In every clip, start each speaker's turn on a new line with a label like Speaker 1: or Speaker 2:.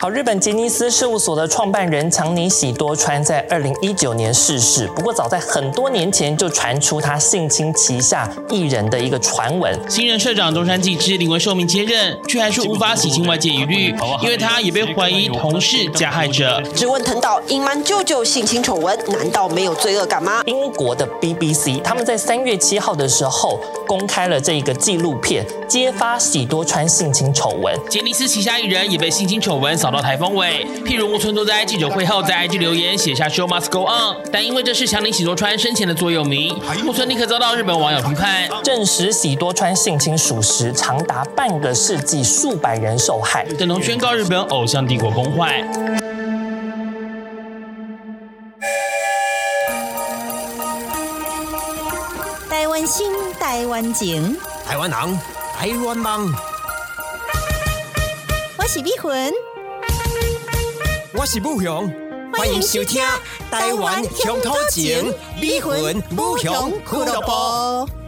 Speaker 1: 好，日本吉尼斯事务所的创办人强尼喜多川在二零一九年逝世。不过，早在很多年前就传出他性侵旗下艺人的一个传闻。
Speaker 2: 新任社长东山纪之临危受命接任，却还是无法洗清外界疑虑，因为他也被怀疑同是加害者。
Speaker 3: 质问藤岛隐瞒舅舅性侵丑闻，难道没有罪恶感吗？
Speaker 1: 英国的 BBC 他们在三月七号的时候公开了这一个纪录片，揭发喜多川性侵丑闻。
Speaker 2: 杰尼斯旗下艺人也被性侵丑闻扫到台风尾，譬如木村多哉记者会后在 IG 留言写下 “Show must go on”，但因为这是强尼喜多川生前的座右铭，木村立刻遭到日本网友批判。
Speaker 1: 证实喜多川性侵属实，长达半个世纪，数百人受害。
Speaker 2: 等同宣告日本偶像帝国崩坏。
Speaker 4: 台湾心，台湾情，
Speaker 5: 台湾人，台湾梦，
Speaker 4: 我是美魂，
Speaker 5: 我是武雄，欢迎收听《台湾乡土情》，美魂武雄俱乐部。
Speaker 4: 部。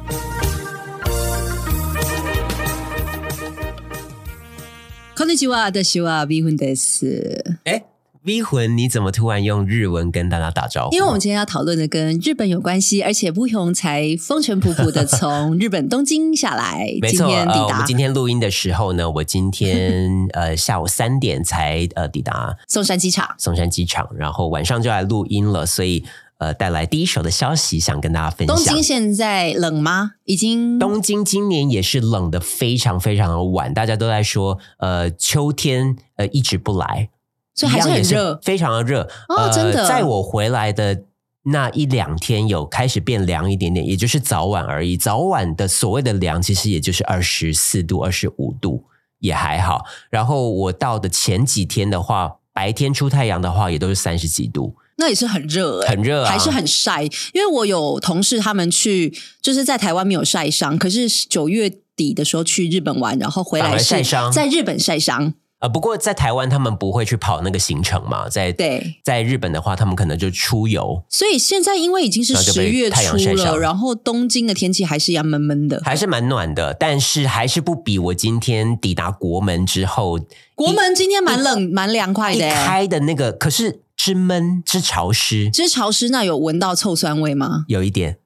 Speaker 4: こんにちは、私は美魂です。
Speaker 5: 哎，美魂，你怎么突然用日文跟大家打招呼？
Speaker 4: 因为我们今天要讨论的跟日本有关系，而且不雄才风尘仆仆的从日本东京下来，
Speaker 5: 没
Speaker 4: 今
Speaker 5: 错，
Speaker 4: 天抵
Speaker 5: 呃，我
Speaker 4: 达
Speaker 5: 们今天录音的时候呢，我今天呃下午三点才呃抵达
Speaker 4: 松山机场。
Speaker 5: 松山机场，然后晚上就来录音了，所以呃带来第一手的消息，想跟大家分享。
Speaker 4: 东京现在冷吗？已经
Speaker 5: 东京今年也是冷的非常非常的晚，大家都在说，呃，秋天呃一直不来，
Speaker 4: 所以还是很
Speaker 5: 一样也
Speaker 4: 热
Speaker 5: 非常的热。
Speaker 4: 哦
Speaker 5: 呃
Speaker 4: 真的
Speaker 5: 在我回来的那一两天有开始变凉一点点，也就是早晚而已。早晚的所谓的凉，其实也就是二十四度、二十五度，也还好。然后我到的前几天的话，白天出太阳的话，也都是三十几度，
Speaker 4: 那也是很热、欸，
Speaker 5: 很热啊
Speaker 4: 还是很晒。因为我有同事他们去，就是在台湾没有晒伤，可是九月底的时候去日本玩，然后回
Speaker 5: 反
Speaker 4: 来
Speaker 5: 而
Speaker 4: 是
Speaker 5: 晒伤
Speaker 4: 在日本晒伤。
Speaker 5: 呃，不过在台湾他们不会去跑那个行程嘛，在
Speaker 4: 对，
Speaker 5: 在日本的话，他们可能就出游。
Speaker 4: 所以现在因为已经是
Speaker 5: 然后就
Speaker 4: 十
Speaker 5: 被
Speaker 4: 月
Speaker 5: 太阳晒
Speaker 4: 初了，
Speaker 5: 伤
Speaker 4: 然后东京的天气还是一样闷闷的。
Speaker 5: 还是蛮暖的，但是还是不比我今天抵达国门之后
Speaker 4: 国门今天蛮冷，蛮凉快
Speaker 5: 一
Speaker 4: 的、欸。
Speaker 5: 开的那个，可是之闷之潮湿
Speaker 4: 其实潮湿那有闻到臭酸味吗？
Speaker 5: 有一点，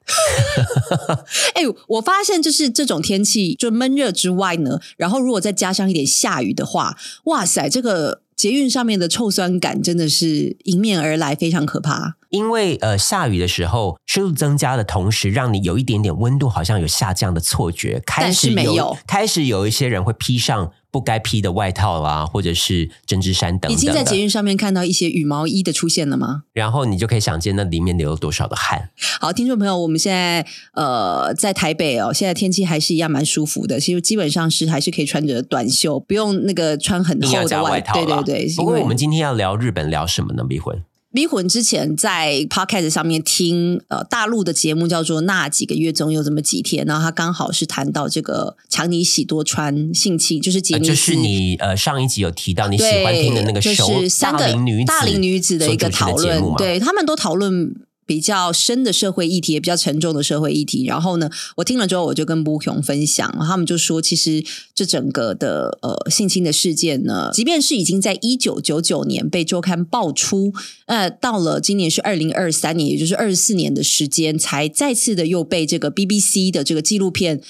Speaker 4: 哎、我发现就是这种天气，就闷热之外呢，然后如果再加上一点下雨的话，哇塞，这个捷运上面的臭酸感真的是迎面而来，非常可怕。
Speaker 5: 因为呃下雨的时候湿度增加的同时，让你有一点点温度好像有下降的错觉，开
Speaker 4: 但是
Speaker 5: 始
Speaker 4: 没有
Speaker 5: 开始有一些人会披上不该披的外套啦，或者是针织衫等
Speaker 4: 已经在
Speaker 5: 等
Speaker 4: 捷
Speaker 5: 的，
Speaker 4: 运上面看到一些羽毛衣的出现了吗？
Speaker 5: 然后你就可以想见那里面流了多少的汗。
Speaker 4: 好，听众朋友，我们现在呃在台北哦，现在天气还是一样蛮舒服的，其实基本上是还是可以穿着短袖，不用那个穿很
Speaker 5: 硬要
Speaker 4: 厚
Speaker 5: 加
Speaker 4: 的
Speaker 5: 外套
Speaker 4: 对
Speaker 5: 啦
Speaker 4: 对对，
Speaker 5: 不过
Speaker 4: 因为
Speaker 5: 我们今天要聊日本，聊什么呢？迷魂
Speaker 4: 迷魂之前在 podcast 上面听呃大陆的节目叫做《那几个月总有这么几天》，然后他刚好是谈到这个强尼喜多川性侵，就是杰
Speaker 5: 呃
Speaker 4: 尼斯，
Speaker 5: 就是你呃上一集有提到你喜欢听的那个
Speaker 4: 对
Speaker 5: 熟
Speaker 4: 就是三个
Speaker 5: 大龄女子
Speaker 4: 大龄女子的一个
Speaker 5: 所
Speaker 4: 讨
Speaker 5: 主持的节目
Speaker 4: 论，
Speaker 5: 嘛，
Speaker 4: 对他们都讨论。比较深的社会议题，也比较沉重的社会议题。然后呢，我听了之后，我就跟布雄分享，然后他们就说，其实这整个的呃性侵的事件呢，即便是已经在一九九九年被周刊爆出，呃，到了今年是二零二三年，也就是二十四年的时间，才再次的又被这个 BBC 的这个纪录片。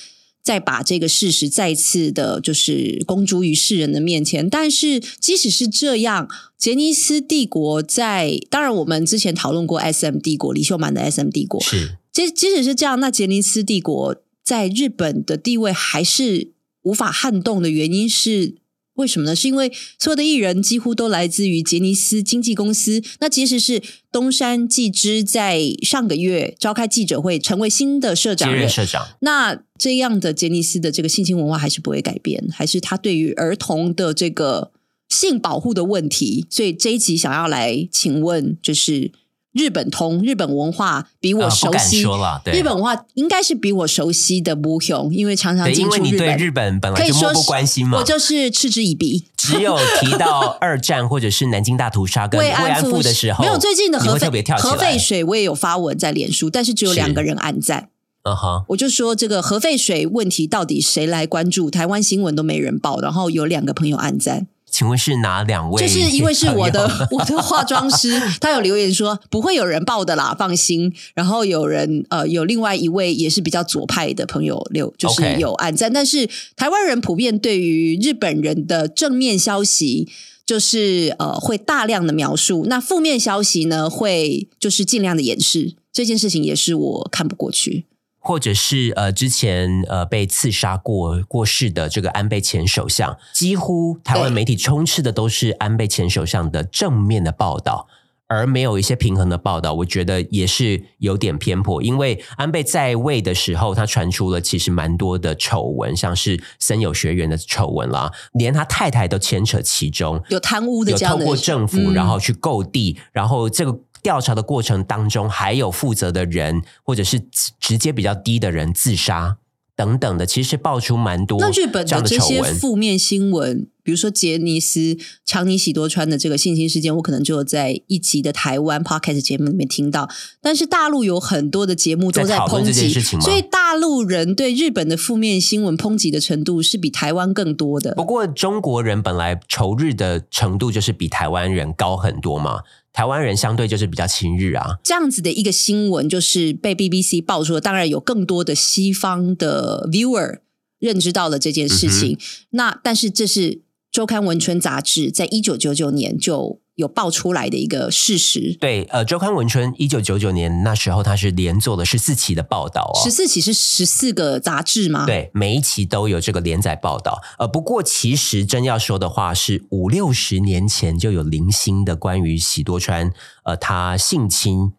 Speaker 4: 再把这个事实再次的，就是公诸于世人的面前。但是，即使是这样，杰尼斯帝国在当然，我们之前讨论过 S M 帝国，李秀满的 S M 帝国。
Speaker 5: 是
Speaker 4: 即即使是这样，那杰尼斯帝国在日本的地位还是无法撼动的原因是为什么呢？是因为所有的艺人几乎都来自于杰尼斯经纪公司。那即使是东山纪之在上个月召开记者会，成为新的社
Speaker 5: 接
Speaker 4: 长
Speaker 5: 任
Speaker 4: 人，
Speaker 5: 社长。
Speaker 4: 那这样的杰尼斯的这个性侵文化还是不会改变，还是他对于儿童的这个性保护的问题。所以这一集想要来请问，就是日本通日本文化比我
Speaker 5: 呃不
Speaker 4: 熟
Speaker 5: 敢
Speaker 4: 悉，
Speaker 5: 说了，对
Speaker 4: 日本文化应该是比我熟悉的不雄，因为常常
Speaker 5: 对，
Speaker 4: 进
Speaker 5: 因
Speaker 4: 出
Speaker 5: 为你
Speaker 4: 日
Speaker 5: 对
Speaker 4: 本，
Speaker 5: 日本本
Speaker 4: 可
Speaker 5: 来
Speaker 4: 以
Speaker 5: 就
Speaker 4: 说
Speaker 5: 漠不
Speaker 4: 是
Speaker 5: 关心嘛
Speaker 4: 我，就是嗤之以鼻。
Speaker 5: 只 有提到二战或者是南京大屠杀跟慰安妇的时候，
Speaker 4: 没有最近的
Speaker 5: 你
Speaker 4: 核
Speaker 5: 会特
Speaker 4: 废
Speaker 5: 别跳起
Speaker 4: 核
Speaker 5: 来
Speaker 4: 废，水，我也有发文在脸书，但是只有
Speaker 5: 是
Speaker 4: 两个人按赞。
Speaker 5: 嗯哼，
Speaker 4: 我就说这个核废水问题到底谁来关注？台湾新闻都没人报，然后有两个朋友按赞，
Speaker 5: 请问是哪两位？
Speaker 4: 就是因为是我的 我的化妆 师，他有留言说不会有人报的啦，放心。然后有人呃有另外一位也是比较左派的朋友留，就是
Speaker 5: OK
Speaker 4: 有暗赞。但是台湾人普遍对于日本人的正面消息。就是呃，会大量的描述，那负面消息呢，会就是尽量的掩饰这件事情，也是我看不过去。
Speaker 5: 或者是呃之前呃被刺杀过过世的这个安倍前首相，几乎台湾
Speaker 4: 对
Speaker 5: 媒体充斥的都是安倍前首相的正面的报道。而没有一些平衡的报道，我觉得也是有点偏颇。因为安倍在位的时候，他传出了其实蛮多的丑闻，像是森友学园的丑闻啦，连他太太都牵扯其中。
Speaker 4: 有贪污的
Speaker 5: 有
Speaker 4: 这样
Speaker 5: 透
Speaker 4: 的，
Speaker 5: 过政府，
Speaker 4: 嗯
Speaker 5: 然后去购地，然后这个调查的过程当中，还有负责的人或者是直直接比较低的人自杀等等的，其实爆出蛮多
Speaker 4: 那日本
Speaker 5: 这样
Speaker 4: 的
Speaker 5: 的
Speaker 4: 这
Speaker 5: 丑
Speaker 4: 些
Speaker 5: 闻。
Speaker 4: 负面新闻，比如说杰尼斯、强尼喜多川的这个性侵事件，我可能就有在一集的台湾 podcast 节目里面听到。但是大陆有很多的节目都
Speaker 5: 在讨论
Speaker 4: 抨
Speaker 5: 这件
Speaker 4: 击
Speaker 5: 事情，吗
Speaker 4: 所以大陆人对日本的负面新闻抨击的程度是比台湾更多的
Speaker 5: 不。过中国人本来仇日的程度就是比台湾人高很多嘛，台湾人相对就是比较亲日啊。
Speaker 4: 这样子的一个新闻就是被 BBC 爆出了，当然有更多的西方的 viewer 认知到了这件事
Speaker 5: 嗯
Speaker 4: 情。那但是这是周刊文春杂志在一九九九年就有爆出来的一个事实。
Speaker 5: 对，呃，周刊文春一九九九年那时候，他是连做了十四期的报道哦，
Speaker 4: 十四期是十四个杂志吗？，
Speaker 5: 对，每一期都有这个连载报道。呃，不过其实真要说的话，是五六十年前就有零星的关于喜多川呃他性侵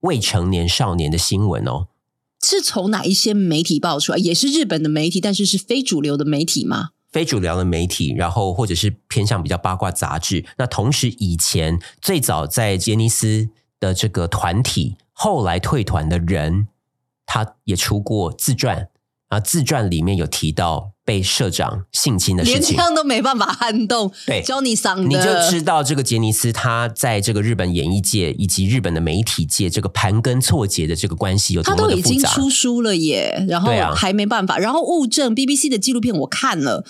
Speaker 5: 未成年少年的新闻哦。
Speaker 4: 是从哪一些媒体爆出来？也是日本的媒体，但是是非主流的媒体吗？
Speaker 5: 非主流的媒体，然后或者是偏向比较八卦杂志。那同时，以前最早在杰尼斯的这个团体，后来退团的人，他也出过自传，啊，自传里面有提到被社长性侵的事
Speaker 4: 连这
Speaker 5: 情。
Speaker 4: 样都没办法撼动，
Speaker 5: 对
Speaker 4: 教你嗓的，
Speaker 5: 你就知道这个杰尼斯他在这个日本演艺界以及日本的媒体界这个盘根错节的这个关系有多
Speaker 4: 他
Speaker 5: 么
Speaker 4: 都
Speaker 5: 的
Speaker 4: 已
Speaker 5: 复
Speaker 4: 经
Speaker 5: 杂。
Speaker 4: 出书了耶，然后
Speaker 5: 对啊
Speaker 4: 还没办法，然后物证 BBC 的纪录片我看了。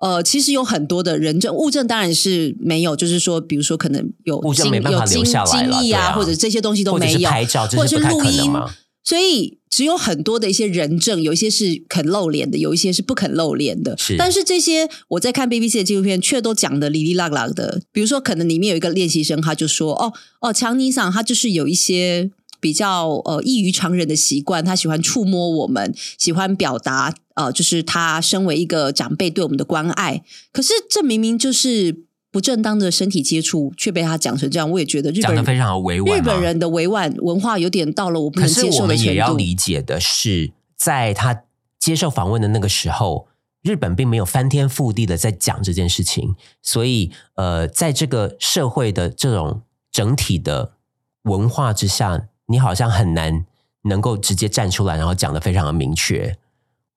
Speaker 4: 呃，其实有很多的人证物证，当然是没有，就是说，比如说可能有
Speaker 5: 物证
Speaker 4: 精
Speaker 5: 没办
Speaker 4: 有
Speaker 5: 法
Speaker 4: 精
Speaker 5: 留下来了
Speaker 4: 精液啊，
Speaker 5: 对啊
Speaker 4: 或者这些东西都
Speaker 5: 或者
Speaker 4: 没
Speaker 5: 是
Speaker 4: 有，
Speaker 5: 拍照这是
Speaker 4: 或者是
Speaker 5: 不太
Speaker 4: 录
Speaker 5: 可能
Speaker 4: 音
Speaker 5: 嘛，
Speaker 4: 所以只有很多的一些人证，有一些是肯露脸的，有一些是不肯露脸的。
Speaker 5: 是
Speaker 4: 但是这些我在看 BBC 的纪录片，却都讲的哩哩啦啦的。比如说，可能里面有一个练习生，他就说：“哦哦，强尼桑他就是有一些。”比较呃异于常人的习惯，他喜欢触摸我们，喜欢表达呃，就是他身为一个长辈对我们的关爱。可是这明明就是不正当的身体接触，却被他讲成这样，我也觉得日
Speaker 5: 讲的
Speaker 4: 本人
Speaker 5: 非常委婉嘛。啊
Speaker 4: 日本人的委婉文化有点到了我不
Speaker 5: 可
Speaker 4: 能
Speaker 5: 是
Speaker 4: 接
Speaker 5: 我
Speaker 4: 受的
Speaker 5: 们也
Speaker 4: 程
Speaker 5: 要
Speaker 4: 度。
Speaker 5: 理解的是，在他接受访问的那个时候，日本并没有翻天覆地的在讲这件事情，所以呃，在这个社会的这种整体的文化之下，你好像很难能够直接站出来，然后讲的非常的明确。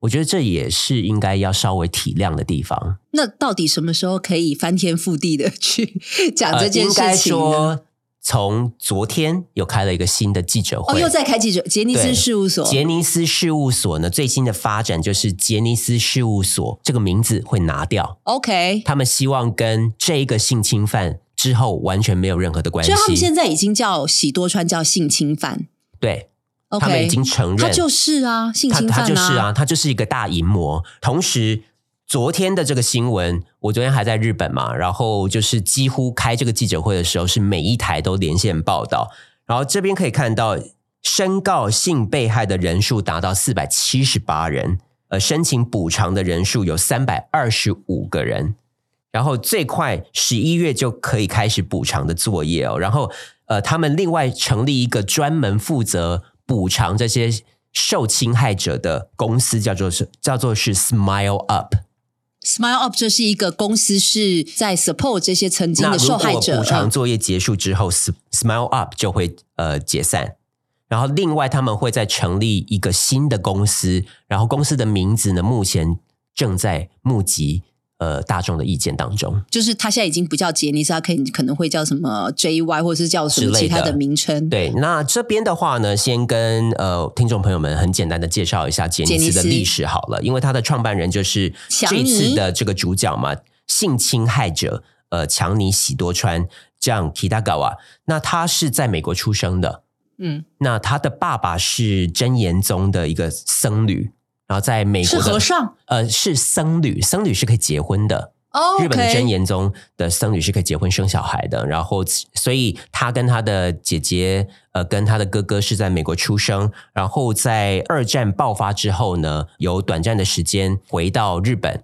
Speaker 5: 我觉得这也是应该要稍微体谅的地方。
Speaker 4: 那到底什么时候可以翻天覆地的去讲啊这件
Speaker 5: 呃、应
Speaker 4: 事
Speaker 5: 该
Speaker 4: 情呢？哦
Speaker 5: 说，从昨天有开了一个新的记者会，
Speaker 4: 哦，又在开记者杰尼斯
Speaker 5: 对
Speaker 4: 事务所，
Speaker 5: 杰尼斯事务所呢，最新的发展就是杰尼斯事务所这个名字会拿掉，
Speaker 4: OK，
Speaker 5: 他们希望跟这一个性侵犯之后完全没有任何的关系
Speaker 4: 所以。他们现在已经叫喜多川叫性侵犯
Speaker 5: 对他们
Speaker 4: ，OK，
Speaker 5: 已经承认，
Speaker 4: 他就是啊，性
Speaker 5: 他
Speaker 4: 侵
Speaker 5: 他
Speaker 4: 犯
Speaker 5: 就是啊，他就是一个大淫魔。同时，昨天的这个新闻，我昨天还在日本嘛，然后就是几乎开这个记者会的时候，是每一台都连线报道。然后这边可以看到，申告性被害的人数达到四百七十八人，呃，申请补偿的人数有三百二十五个人。然后最快十一月就可以开始补偿的作业哦。然后呃，他们另外成立一个专门负责补偿这些受侵害者的公司，叫做是叫做是 Smile Up。
Speaker 4: Smile Up 这是一个公司是在 support 这些曾经
Speaker 5: 那
Speaker 4: 的
Speaker 5: 如
Speaker 4: 受
Speaker 5: 果
Speaker 4: 害者，
Speaker 5: 补偿
Speaker 4: 嗯
Speaker 5: 作业结束之后，S-，Smile Up 就会呃解散。然后另外他们会再成立一个新的公司，然后公司的名字呢，目前正在募集呃大众的意见当中。
Speaker 4: 就是他现在已经不叫杰尼斯，他可以可能会叫什么 JY 或是叫什
Speaker 5: 之
Speaker 4: 么
Speaker 5: 类
Speaker 4: 其他
Speaker 5: 的
Speaker 4: 的名称，
Speaker 5: 对，那这边的话呢，先跟呃听众朋友们很简单的介绍一下杰尼斯的历史好了，因为他的创办人就是
Speaker 4: 强
Speaker 5: 这
Speaker 4: 尼
Speaker 5: 次的这个主角嘛，性侵害者呃强尼喜多川这样 Kitagawa，那啊他是在美国出生的，
Speaker 4: 嗯，
Speaker 5: 那他的爸爸是真言宗的一个僧侣，然后在美国
Speaker 4: 是
Speaker 5: 的
Speaker 4: 和，尚
Speaker 5: 呃，是僧侣，僧侣是可以结婚的。
Speaker 4: 哦
Speaker 5: 日本的
Speaker 4: OK
Speaker 5: 真言宗的僧侣是可以结婚生小孩的，然后所以他跟他的姐姐，呃，跟他的哥哥是在美国出生，然后在二战爆发之后呢，有短暂的时间回到日本。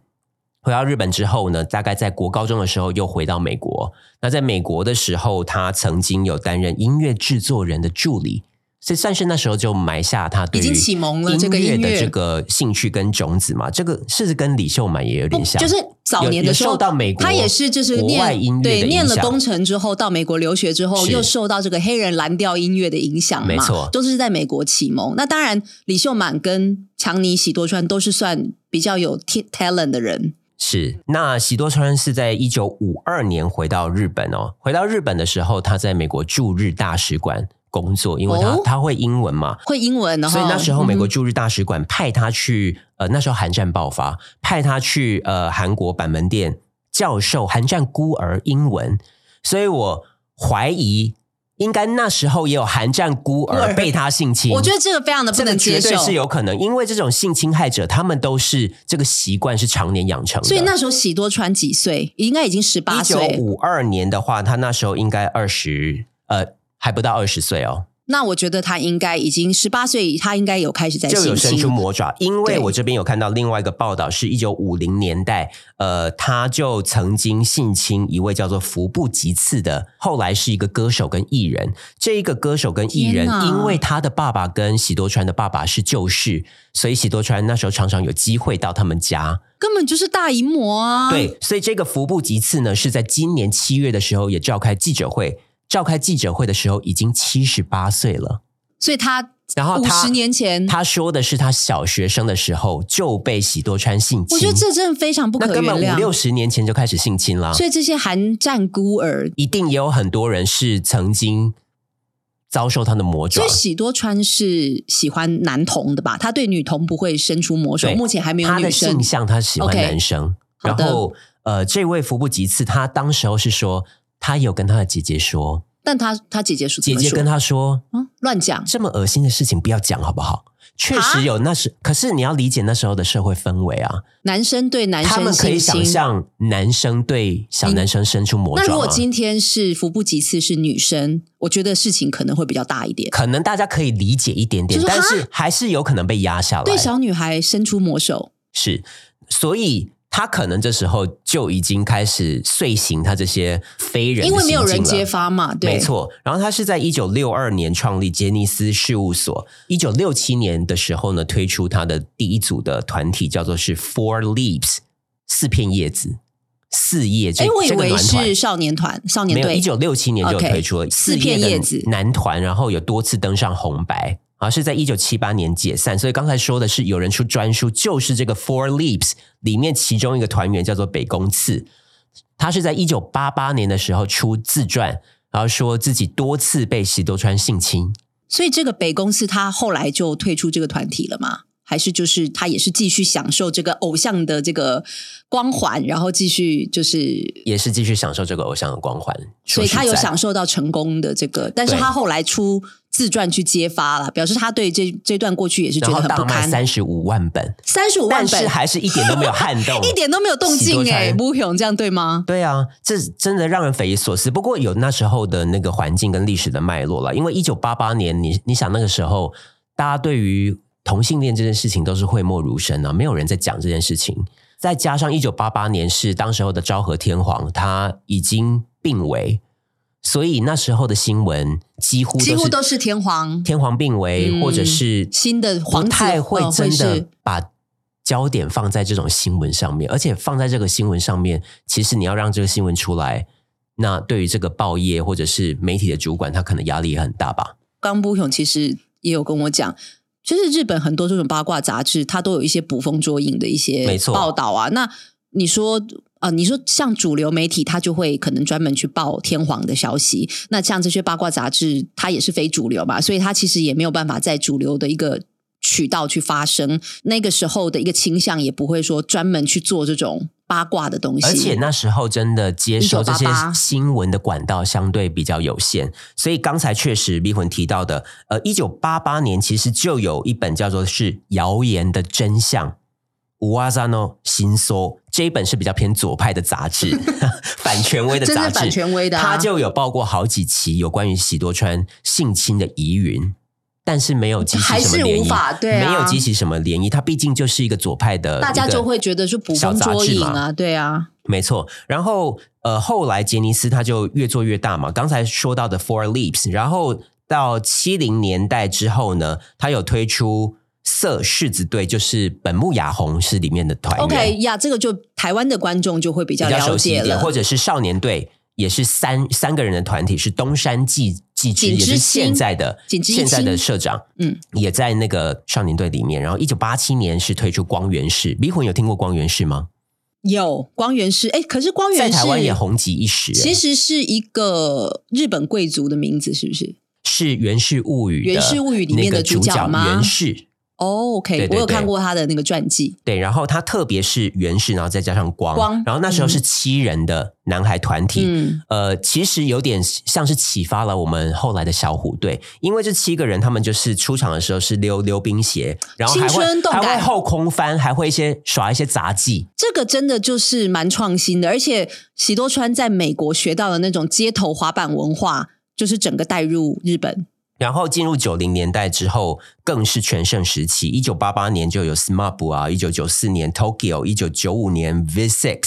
Speaker 5: 回到日本之后呢，大概在国高中的时候又回到美国。那在美国的时候，他曾经有担任音乐制作人的助理，所以算是那时候就埋下他对
Speaker 4: 已
Speaker 5: 于
Speaker 4: 经启蒙了这个
Speaker 5: 音
Speaker 4: 音
Speaker 5: 乐的
Speaker 4: 乐
Speaker 5: 这个兴趣跟种子嘛。这个是跟李秀满也有点像，
Speaker 4: 哦就是早
Speaker 5: 有
Speaker 4: 年的
Speaker 5: 有
Speaker 4: 时候
Speaker 5: 受到美国
Speaker 4: 他也是就是
Speaker 5: 国外
Speaker 4: 念
Speaker 5: 音乐的
Speaker 4: 对
Speaker 5: 影
Speaker 4: 念了
Speaker 5: 响
Speaker 4: 工程之后到美国留学之后，
Speaker 5: 是
Speaker 4: 又受到这个黑人蓝调音乐的影响嘛，
Speaker 5: 没错
Speaker 4: 都是在美国启蒙。那当然，李秀满跟强尼喜多川都是算比较有 t- talent 的人，
Speaker 5: 是，那喜多川是在一九五二年回到日本哦。回到日本的时候，他在美国驻日大使馆工作，因为他、
Speaker 4: 哦
Speaker 5: 他会英文嘛，
Speaker 4: 会英文，然后
Speaker 5: 所以那时候美国
Speaker 4: 嗯
Speaker 5: 驻日大使馆派他去，呃，那时候韩战爆发，派他去呃韩国板门店教授韩战孤儿英文，所以我怀疑应该那时候也有韩战孤
Speaker 4: 孤
Speaker 5: 儿
Speaker 4: 儿
Speaker 5: 被他性侵。
Speaker 4: 我觉得这个非常的不
Speaker 5: 这个
Speaker 4: 能接
Speaker 5: 绝
Speaker 4: 受
Speaker 5: 对。是有可能，因为这种性侵害者，他们都是这个习惯是常年养成的。
Speaker 4: 所以那时候喜多川几岁？应该已经十
Speaker 5: 一
Speaker 4: 八
Speaker 5: 九
Speaker 4: 岁。
Speaker 5: 五二年的话，他那时候应该二十，呃，还不到二十岁哦，
Speaker 4: 那我觉得他应该已经十八岁，他应该有开始在
Speaker 5: 就有
Speaker 4: 性
Speaker 5: 伸
Speaker 4: 侵
Speaker 5: 出。魔爪。因为
Speaker 4: 对
Speaker 5: 我这边有看到另外一个报道，是一九五零年代，呃，他就曾经性侵一位叫做服部吉次的，后来是一个歌手跟艺人。这一个歌手跟艺
Speaker 4: 天
Speaker 5: 人，
Speaker 4: 哪
Speaker 5: 因为他的爸爸跟喜多川的爸爸是旧识，所以喜多川那时候常常有机会到他们家。
Speaker 4: 根本就是大淫魔啊！，
Speaker 5: 对，所以这个服部吉次呢，是在今年七月的时候也召开记者会。召开记者会的时候，已经七十八岁了。
Speaker 4: 所以他
Speaker 5: 然后
Speaker 4: 五
Speaker 5: 他
Speaker 4: 十年前，
Speaker 5: 他说的是，他小学生的时候就被喜多川性侵，
Speaker 4: 我觉得这真的非常不
Speaker 5: 那
Speaker 4: 可
Speaker 5: 根
Speaker 4: 原
Speaker 5: 本五六
Speaker 4: 谅。
Speaker 5: 十年前就开始性侵啦。
Speaker 4: 所以这些韩战孤儿，
Speaker 5: 一定也有很多人是曾经遭受他的魔
Speaker 4: 所
Speaker 5: 爪
Speaker 4: 以。喜多川是喜欢男童的吧？他对女童不会伸出魔手，
Speaker 5: 对
Speaker 4: 目前还没有
Speaker 5: 他
Speaker 4: 女
Speaker 5: 的
Speaker 4: 生
Speaker 5: 性。向，他喜欢
Speaker 4: OK
Speaker 5: 男生。
Speaker 4: 好
Speaker 5: 然
Speaker 4: 的
Speaker 5: 后，呃，这位服部吉次，他当时候是说，他有跟他的姐姐说，
Speaker 4: 但他他姐姐说
Speaker 5: 姐姐跟
Speaker 4: 他
Speaker 5: 他说，
Speaker 4: 啊乱讲，
Speaker 5: 这么恶心的事情不要讲好不好？确实有那
Speaker 4: 啊
Speaker 5: 时，可是你要理解那时候的社会氛围啊，
Speaker 4: 男生对男
Speaker 5: 他
Speaker 4: 生
Speaker 5: 们可以
Speaker 4: 性
Speaker 5: 想
Speaker 4: 侵。
Speaker 5: 象男生对小男生伸出魔
Speaker 4: 那如
Speaker 5: 爪
Speaker 4: 果
Speaker 5: 吗？
Speaker 4: 今天是服部吉次是女生，我觉得事情可能会比较大一点。
Speaker 5: 可能大家可以理解一点点
Speaker 4: 就，说
Speaker 5: 但
Speaker 4: 哈
Speaker 5: 是还是有可能被压下来。
Speaker 4: 对小女孩伸出魔手，
Speaker 5: 是，所以他可能这时候就已经开始遂行他这些非人的
Speaker 4: 因为没有
Speaker 5: 行径
Speaker 4: 人
Speaker 5: 了
Speaker 4: 揭发嘛，对，
Speaker 5: 没。错，然后他是在一九六二年创立杰尼斯事务所，一九六七年的时候呢，推出他的第一组的团体，叫做是 Four Leaves，四片叶子，四叶这
Speaker 4: 哎，我以
Speaker 5: 这个
Speaker 4: 为
Speaker 5: 男团
Speaker 4: 是。少年团、少
Speaker 5: 没
Speaker 4: 年
Speaker 5: 有，
Speaker 4: 队
Speaker 5: 一。九六七年就
Speaker 4: OK，
Speaker 5: 推出了
Speaker 4: 四片
Speaker 5: 的
Speaker 4: 叶子
Speaker 5: 男团，然后有多次登上红白，然后是在一九七八年解散。所以刚才说的是有人出专书，就是这个 Four Leaves 里面其中一个团员叫做北宫次，他是在一九八八年的时候出自传，然后说自己多次被喜多川性侵。
Speaker 4: 所以这个北公司他后来就退出这个团体了吗？还是就是他也是继续享受这个偶像的这个光环，然后继续就是，
Speaker 5: 也是继续享受这个偶像的光环，
Speaker 4: 所以他有
Speaker 5: 说实在
Speaker 4: 享受到成功的这个，但是他后来出自传去揭发了，表示他对这这段过去也是觉
Speaker 5: 然
Speaker 4: 得
Speaker 5: 后
Speaker 4: 很
Speaker 5: 大
Speaker 4: 不
Speaker 5: 卖
Speaker 4: 堪，
Speaker 5: 三十五万本，
Speaker 4: 三十五万
Speaker 5: 但是
Speaker 4: 本，
Speaker 5: 还是一点都没有撼动
Speaker 4: 一点都没有动
Speaker 5: 喜多
Speaker 4: 静
Speaker 5: 川
Speaker 4: 哎，吴勇这样对吗？
Speaker 5: 对啊，这真的让人匪夷所思。不过有那时候的那个环境跟历史的脉络了，因为一九八八年，你你想那个时候，大家对于同性恋这件事情都是讳莫如深啊，没有人在讲这件事情。再加上一九八八年是当时候的昭和天皇他已经病危，所以那时候的新闻几乎都是
Speaker 4: 几乎都是天皇
Speaker 5: 天皇病危，
Speaker 4: 嗯
Speaker 5: 或者是
Speaker 4: 新的皇
Speaker 5: 不
Speaker 4: 子
Speaker 5: 太会
Speaker 4: 嗯
Speaker 5: 真
Speaker 4: 会
Speaker 5: 的
Speaker 4: 是
Speaker 5: 把焦点放在这种新闻上面，而且放在这个新闻上面，其实你要让这个新闻出来，那对于这个报业或者是媒体的主管，他可能压力也很大吧。
Speaker 4: 刚布勇其实也有跟我讲，就是日本很多这种八卦杂志，它都有一些捕风捉影的一
Speaker 5: 没
Speaker 4: 些
Speaker 5: 错
Speaker 4: 报道啊。那你说啊、呃你说像主流媒体，它就会可能专门去报天皇的消息。那像这些八卦杂志，它也是非主流嘛，所以它其实也没有办法在主流的一个。渠道去发声，那个时候的一个倾向也不会说专门去做这种八卦的东西，
Speaker 5: 而且那时候真的接收这些
Speaker 4: 1988
Speaker 5: 新闻的管道相对比较有限，所以刚才确实迷魂提到的，呃，一九八八年其实就有一本叫做是《谣言的真相》。乌阿扎诺新搜这一本是比较偏左派的杂 志，反权威的
Speaker 4: 真
Speaker 5: 杂
Speaker 4: 是
Speaker 5: 志，
Speaker 4: 反权威的、啊，
Speaker 5: 他就有报过好几期有关于喜多川性侵的疑云，但是没有激起
Speaker 4: 还
Speaker 5: 什么
Speaker 4: 是
Speaker 5: 涟
Speaker 4: 无法
Speaker 5: 漪，
Speaker 4: 对啊
Speaker 5: 没有激起什么涟漪。他毕竟就是一个左派的一个
Speaker 4: 大
Speaker 5: 小杂志嘛，
Speaker 4: 家就会觉得是捕风捉影啊，对啊，
Speaker 5: 没错，然后呃，后来杰尼斯他就越做越大嘛，刚才说到的 Four Leaps，然后到七零年代之后呢，他有推出色柿子队，就是本木雅弘是里面的团员
Speaker 4: OK 呀、这个就台湾的观众就会比
Speaker 5: 比
Speaker 4: 较
Speaker 5: 较
Speaker 4: 了
Speaker 5: 熟悉一
Speaker 4: 解
Speaker 5: 点，
Speaker 4: 了，
Speaker 5: 或者是少年队。也是三三个人的团体，是东山纪纪之，
Speaker 4: 景
Speaker 5: 也
Speaker 4: 之
Speaker 5: 是现
Speaker 4: 青
Speaker 5: 在的
Speaker 4: 景之一
Speaker 5: 现在的
Speaker 4: 青
Speaker 5: 社长，
Speaker 4: 嗯，
Speaker 5: 也在那个少年队里面。然后一九八七年是推出光源氏，迷魂有听过光源氏吗？
Speaker 4: 有光源氏，哎，可是光
Speaker 5: 在
Speaker 4: 源氏
Speaker 5: 台湾也红极一时、欸
Speaker 4: 其实是一个日本贵族的名字，是不是？
Speaker 5: 是《源氏物语》的
Speaker 4: 源氏物语里面的
Speaker 5: 那个主
Speaker 4: 主角吗
Speaker 5: 源氏。
Speaker 4: 哦、o k
Speaker 5: 对对
Speaker 4: 我有
Speaker 5: 对
Speaker 4: 看过他的那个传记，
Speaker 5: 对，然后他特别是源氏，然后再加上光，
Speaker 4: 光
Speaker 5: 然后那时候是七人的男孩团体，
Speaker 4: 嗯，
Speaker 5: 呃，其实有点像是启发了我们后来的小虎队，因为这七个人他们就是出场的时候是溜溜冰鞋，然后还
Speaker 4: 青春
Speaker 5: 会
Speaker 4: 动
Speaker 5: 还
Speaker 4: 感
Speaker 5: 会后空翻，还会一些耍一些杂技，
Speaker 4: 这个真的就是蛮创新的，而且喜多川在美国学到的那种街头滑板文化，就是整个带入日本。
Speaker 5: 然后进入九零年代之后，更是全盛时期。一九八八年就有 SMAP 啊，一九九四年 Tokyo，一九九五年 V6，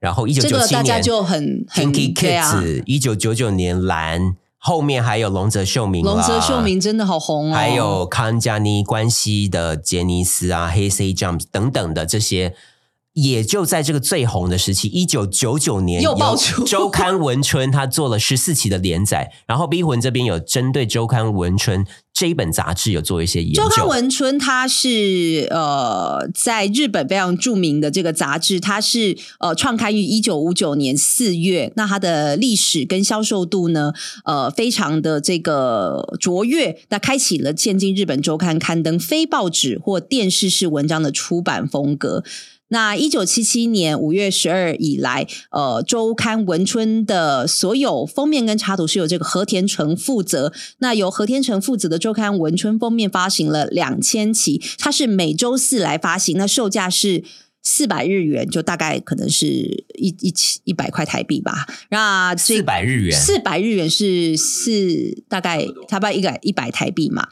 Speaker 5: 然后一九
Speaker 4: 这
Speaker 5: 九
Speaker 4: 个
Speaker 5: 七
Speaker 4: 大家
Speaker 5: 年
Speaker 4: 就很很
Speaker 5: Kinky
Speaker 4: 对啊，
Speaker 5: Kids，一九九九年蓝，后面还有龙泽秀明啦、
Speaker 4: 龙泽秀明真的好红哦，
Speaker 5: 还有康佳妮、关西的杰尼斯啊、黑 C Jump 等等的这些，也就在这个最红的时期，一九九九年
Speaker 4: 又爆出
Speaker 5: 有 周刊文春，他做了十四期的连载，然后 B 魂这边有针对周刊文春这一本杂志有做一些研
Speaker 4: 周刊
Speaker 5: 究。
Speaker 4: 文春，它是呃，在日本非常著名的这个杂志，它是呃创刊于一九五九年四月。那它的历史跟销售度呢，呃，非常的这个卓越，那开启了现今日本周刊刊登非报纸或电视式文章的出版风格。那一九七七年五月十二以来，呃，周刊文春的所有封面跟插图是由这个和田诚负责。那由和田诚负责的周刊文春封面发行了两千期，它是每周四来发行，那售价是。四百日元就大概可能是一一千一百块台币吧，那这
Speaker 5: 四百日元，
Speaker 4: 四百日元是四大概差不多一个一百台币嘛。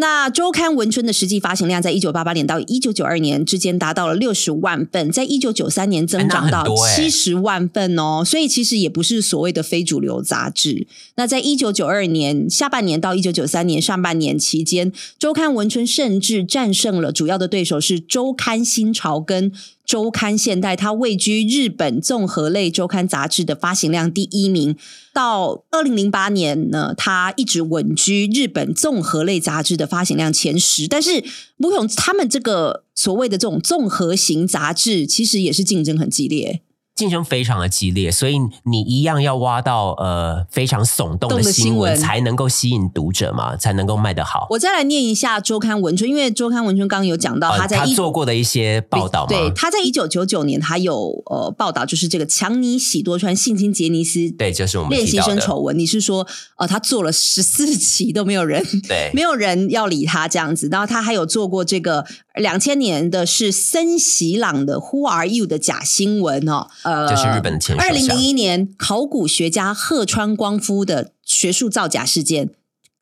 Speaker 4: 那周刊文春的实际发行量在一九八八年到一九九二年之间达到了六十万份，在一九九三年增长
Speaker 5: 哎那
Speaker 4: 到
Speaker 5: 很多哎
Speaker 4: 七十万份哦，所以其实也不是所谓的非主流杂志。那在一九九二年下半年到一九九三年上半年期间，周刊文春甚至战胜了主要的对手是周刊新潮跟周刊现代，它位居日本综合类周刊杂志的发行量第一名。到二零零八年呢，它一直稳居日本综合类杂志的发行量前十。但是，不同他们这个所谓的这种综合型杂志，其实也是竞争很激烈。
Speaker 5: 竞争非常的激烈，所以你一样要挖到呃非常耸动的
Speaker 4: 动的
Speaker 5: 新
Speaker 4: 新
Speaker 5: 闻，
Speaker 4: 闻
Speaker 5: 才能够吸引读者嘛，才能够卖得好。
Speaker 4: 我再来念一下周刊文春，因为周刊文春刚刚有讲到
Speaker 5: 呃
Speaker 4: 他在一、
Speaker 5: 做过的一些报道嘛，
Speaker 4: 对，他在一九九九年，他有呃报道，就是这个强尼喜多川性侵杰尼斯
Speaker 5: 对，就是我们
Speaker 4: 练
Speaker 5: 提
Speaker 4: 习
Speaker 5: 到
Speaker 4: 生
Speaker 5: 的，
Speaker 4: 丑闻。你是说呃，他做了十四 期都没有人
Speaker 5: 对
Speaker 4: 没有人要理他这样子。然后他还有做过这个呃两千年的是森喜朗的《Who Are You》的假新闻哦，呃，
Speaker 5: 就是日本的前首
Speaker 4: 二
Speaker 5: 相
Speaker 4: 零零一年考古学家鹤川光夫的学术造假事件。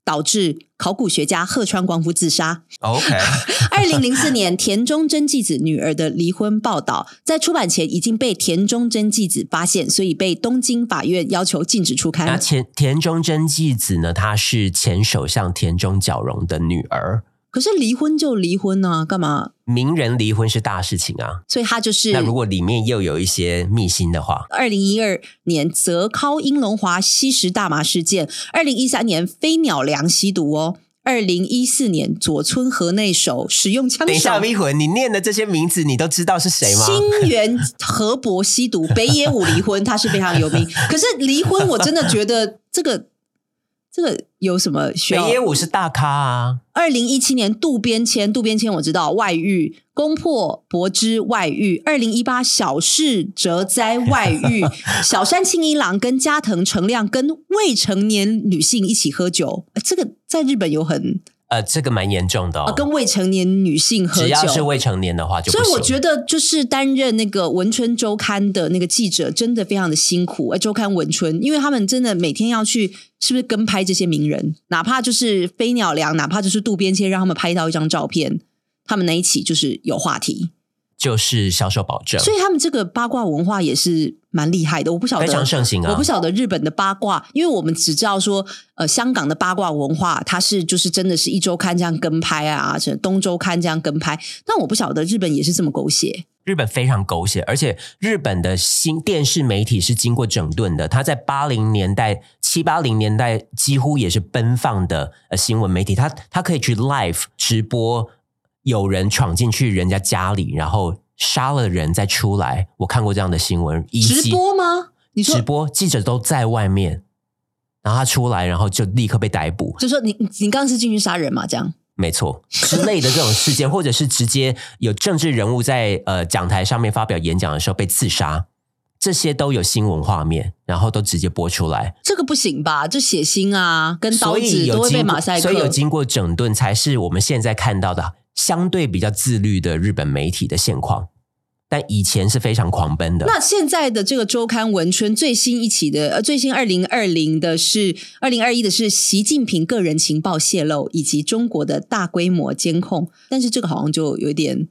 Speaker 4: 导致考古学家鹤川光夫自杀。
Speaker 5: OK，
Speaker 4: 二零零四年，田中真纪子女儿的离婚报道，在出版前已经被田中真纪子发现，所以被东京法院要求禁止出刊。
Speaker 5: 那田田中真纪子呢，她是前首相田中角荣的女儿。
Speaker 4: 可是离婚就离婚啊，干嘛？
Speaker 5: 名人离婚是大事情啊，
Speaker 4: 所以他就是
Speaker 5: 那如果里面又有一些秘辛的话，
Speaker 4: 二零一二年泽尻英龙华吸食大麻事件，二零一三年飞鸟良吸毒哦，二零一四年佐村河内守使用枪
Speaker 5: 等一下，
Speaker 4: 手。
Speaker 5: 迷魂，你念的这些名字你都知道是谁吗？
Speaker 4: 新垣河博 吸 毒，北野武离婚，他是非常有名。可是离婚，我真的觉得这个这个有什么需
Speaker 5: 北
Speaker 4: 要？
Speaker 5: 野武是大咖啊，
Speaker 4: 二零一七年渡边谦，渡边谦我知道外遇，攻破柏之外遇；二零一八小室哲哉 外遇，小山庆一郎跟加藤成亮跟未成年女性一起喝酒，呃这个在日本有很
Speaker 5: 呃，这个蛮严重的哦。
Speaker 4: 啊，跟未成年女性喝
Speaker 5: 只
Speaker 4: 酒。
Speaker 5: 要是未成年的话就不
Speaker 4: 所
Speaker 5: 行。
Speaker 4: 以我觉得，就是担任那个《文春周刊》的那个记者，真的非常的辛苦。哎，周刊《文春》，因为他们真的每天要去，是不是跟拍这些名人？哪怕就是飞鸟梁，哪怕就是渡边谦，让他们拍到一张照片，他们那一起就是有话题。
Speaker 5: 就是销售保证，
Speaker 4: 所以他们这个八卦文化也是蛮厉害的。我不晓得
Speaker 5: 非常盛行啊。
Speaker 4: 我不晓得日本的八卦，因为我们只知道说，呃，香港的八卦文化，它是就是真的是一周刊这样跟拍啊，这东周刊这样跟拍。但我不晓得日本也是这么狗血。
Speaker 5: 日本非常狗血，而且日本的新电视媒体是经过整顿的。它在八零年代、七八零年代几乎也是奔放的呃新闻媒体，它它可以去 live 直播，有人闯进去人家家里，然后杀了人再出来。我看过这样的新闻，遗
Speaker 4: 直
Speaker 5: 迹
Speaker 4: 播吗？你说
Speaker 5: 直播记者都在外面，然后他出来，然后就立刻被逮捕。
Speaker 4: 就说你你你刚刚是进去杀人嘛？这样
Speaker 5: 没错，之类的这种事件，或者是直接有政治人物在呃讲台上面发表演讲的时候被刺杀，这些都有新闻画面，然后都直接播出来，
Speaker 4: 这个不行吧？就血腥啊，跟刀
Speaker 5: 所以
Speaker 4: 子都
Speaker 5: 有
Speaker 4: 会被
Speaker 5: 经
Speaker 4: 马
Speaker 5: 过，
Speaker 4: 赛克。
Speaker 5: 所以有经过整顿，才是我们现在看到的相对比较自律的日本媒体的现况。但以前是非常狂奔的，
Speaker 4: 那现在的这个周刊文春最新一期的，呃，最新二零二零的是二零二一的是习近平个人情报泄露以及中国的大规模监控，但是这个好像就有点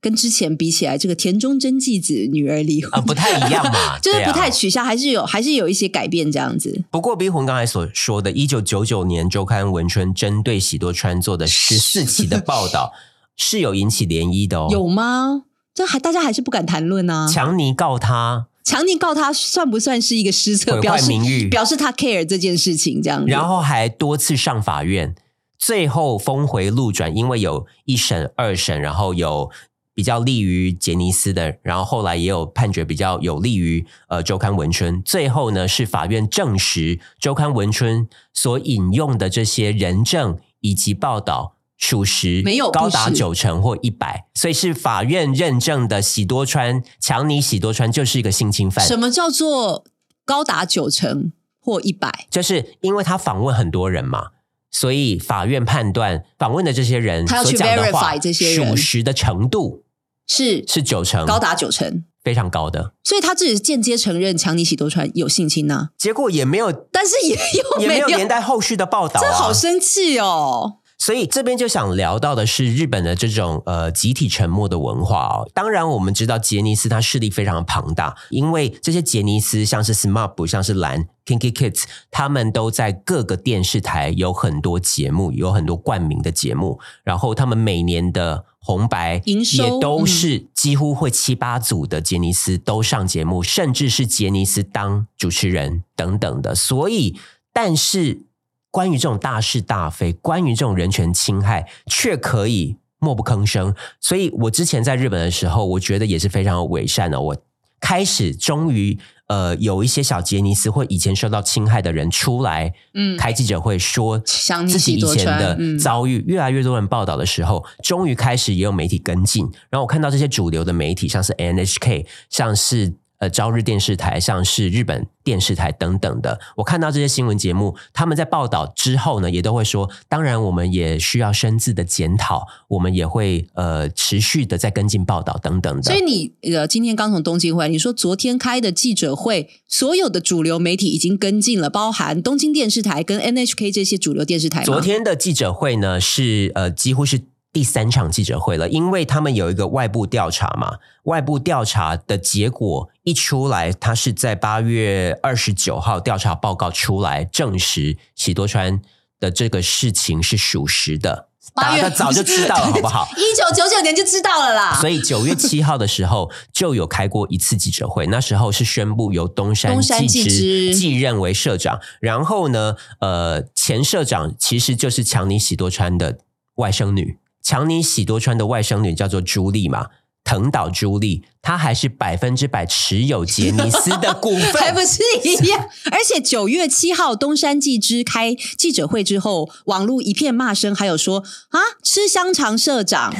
Speaker 4: 跟之前比起来，这个田中真纪子女儿离婚、
Speaker 5: 啊、不太一样嘛，
Speaker 4: 就是
Speaker 5: 对
Speaker 4: 不
Speaker 5: 啊
Speaker 4: 太取消，还是有还是有一些改变这样子。
Speaker 5: 不过，冰魂刚才所说的，一九九九年周刊《文春》针对喜多川做的十四期的报 道，是有引起涟漪的哦。
Speaker 4: 有吗？这还大家还是不敢谈论啊。
Speaker 5: 强尼告他
Speaker 4: 强尼告他算不算是一个失策？
Speaker 5: 毁
Speaker 4: 表
Speaker 5: 坏
Speaker 4: 示
Speaker 5: 名誉，
Speaker 4: 表示他 care 这件事情这样子。
Speaker 5: 然后还多次上法院，最后峰回路转，因为有一审、二审，然后有比较利于杰尼斯的，然后后来也有判决比较有利于呃周刊文春。最后呢，是法院证实周刊文春所引用的这些人证以及报道。属实，
Speaker 4: 没有不
Speaker 5: 高达
Speaker 4: 是
Speaker 5: 九成或一百，所以是法院认证的喜多川强尼喜多川就是一个性侵犯。
Speaker 4: 什么叫做高达九成或一百？
Speaker 5: 就是因为他访问很多人嘛，所以法院判断访问的这些人
Speaker 4: 他要
Speaker 5: 所
Speaker 4: 去
Speaker 5: 讲的话
Speaker 4: verify 这些人
Speaker 5: 属实的程度
Speaker 4: 是
Speaker 5: 是九成，
Speaker 4: 高达九成，
Speaker 5: 非常高的。
Speaker 4: 所以他自己间接承认强尼喜多川有性侵呐、
Speaker 5: 结果也没 有，
Speaker 4: 但是也又
Speaker 5: 也
Speaker 4: 没
Speaker 5: 没有
Speaker 4: 有，
Speaker 5: 连带后续的报道、啊，
Speaker 4: 这好生气哦。
Speaker 5: 所以这边就想聊到的是日本的这种呃集体沉默的文化哦。当然，我们知道杰尼斯它势力非常庞大，因为这些杰尼斯像是 SMAP、像是蓝 Kinky Kids，他们都在各个电视台有很多节目，有很多冠名的节目，然后他们每年的。红白
Speaker 4: 营收嗯
Speaker 5: 也都是几乎会七八组的杰尼斯都上节目，甚至是杰尼斯当主持人等等的，所以但是关于这种大是大非，关于这种人权侵害，却可以默不吭声。所以我之前在日本的时候，我觉得也是非常伪善的。我开始终于呃，有一些小杰尼斯或以前受到侵害的人出来，
Speaker 4: 嗯
Speaker 5: 开记者会说
Speaker 4: 想你
Speaker 5: 自己以前
Speaker 4: 喜多川嗯
Speaker 5: 的遭遇，越来越多人报道的时候，终于开始也有媒体跟进。然后我看到这些主流的媒体，像是 NHK，像是呃朝日电视台，像是日本电视台等等的，我看到这些新闻节目，他们在报道之后呢，也都会说，当然我们也需要深自的检讨，我们也会呃持续的在跟进报道等等的。
Speaker 4: 所以你呃，今天刚从东京回来，你说昨天开的记者会，所有的主流媒体已经跟进了，包含东京电视台跟 NHK 这些主流电视台吗。
Speaker 5: 昨天的记者会呢，是呃几乎是第三场记者会了，因为他们有一个外部调查嘛，外部调查的结果一出来，他是在八月二十九号调查报告出来证实喜多川的这个事情是属实的，
Speaker 4: 八
Speaker 5: 大
Speaker 4: 月
Speaker 5: 家早就知 道了，好不好？
Speaker 4: 一九九九年就知道了啦。
Speaker 5: 所以九月七号的时候就有开过一次记者会，那时候是宣布由东山
Speaker 4: 东山
Speaker 5: 纪
Speaker 4: 纪之
Speaker 5: 之继任为社长，然后呢，呃，前社长其实就是强尼喜多川的外甥女，强尼喜多川的外甥女叫做朱莉嘛。藤岛朱莉，她还是百分之百持有杰尼斯的股
Speaker 4: 还不
Speaker 5: 份。
Speaker 4: 是一样？而且九月七号东山纪之开记者会之后，网络一片骂声，还有说啊，吃香肠 社长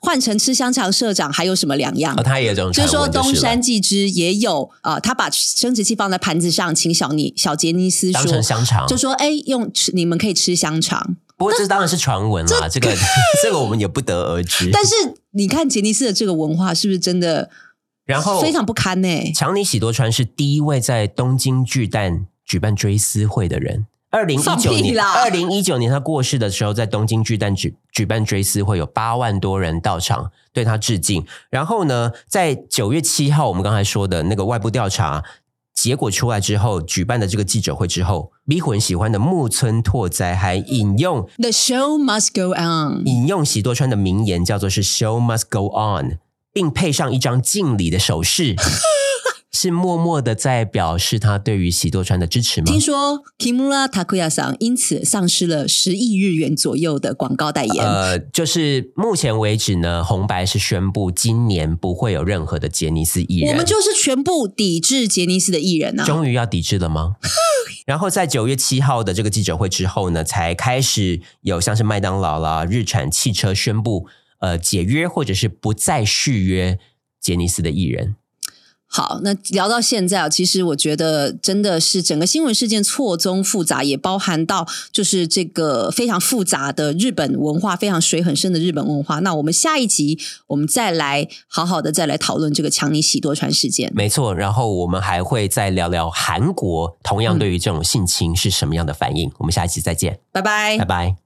Speaker 4: 换成吃香肠社长还有什么两样
Speaker 5: 哦，？她也有这种
Speaker 4: 就
Speaker 5: 传
Speaker 4: 是说，
Speaker 5: 闻
Speaker 4: 东
Speaker 5: 是了
Speaker 4: 山纪之也有啊、呃他把生殖器放在盘子上，请小尼小杰尼斯
Speaker 5: 当成啊嗯
Speaker 4: 说，
Speaker 5: 香肠，
Speaker 4: 就说哎，用吃你们可以吃香肠，
Speaker 5: 不过这当然是传闻啦，这个 这个我们也不得而知。
Speaker 4: 但是你看杰尼斯的这个文化是不是真的
Speaker 5: 然后
Speaker 4: 非常不堪呢、
Speaker 5: 长里喜多川是第一位在东京巨蛋举办追思会的人。二零一
Speaker 4: 放
Speaker 5: 九
Speaker 4: 屁
Speaker 5: 年，
Speaker 4: 啦
Speaker 5: 二零一九年他过世的时候，在东京巨蛋举举办追思会，有八万多人到场对他致敬。然后呢，在九月七号，我们刚才说的那个外部调查结果出来之后，举办的这个记者会之后，迷魂喜欢的木村拓哉还引用
Speaker 4: The show must go on。
Speaker 5: 引用喜多川的名言，叫做是 “show must go on”，并配上一张敬礼的手 势，是默默的在表示他对于喜多川的支持吗
Speaker 4: 听？说 Kimura Takuya 桑因此丧失了十亿日元左右的广告代言。
Speaker 5: 呃，就是目前为止呢，红白是宣布今年不会有任何的杰尼斯艺人，
Speaker 4: 我们就是全部抵制杰尼斯的艺人啊！
Speaker 5: 终于要抵制了 吗？然后在九月七号的这个记者会之后呢，才开始有像是麦当劳啦、日产汽车宣布呃解约或者是不再续约杰尼斯的艺人。
Speaker 4: 好，那聊到现在啊，其实我觉得真的是整个新闻事件错综复杂，也包含到就是这个非常复杂的日本文化，非常水很深的日本文化。那我们下一集我们再来好好的再来讨论这个强尼喜多川事件。
Speaker 5: 没错，然后我们还会再聊聊韩国，同样对于这种性侵是什么样的反应。我们下一期再见，
Speaker 4: 拜拜
Speaker 5: 拜。拜。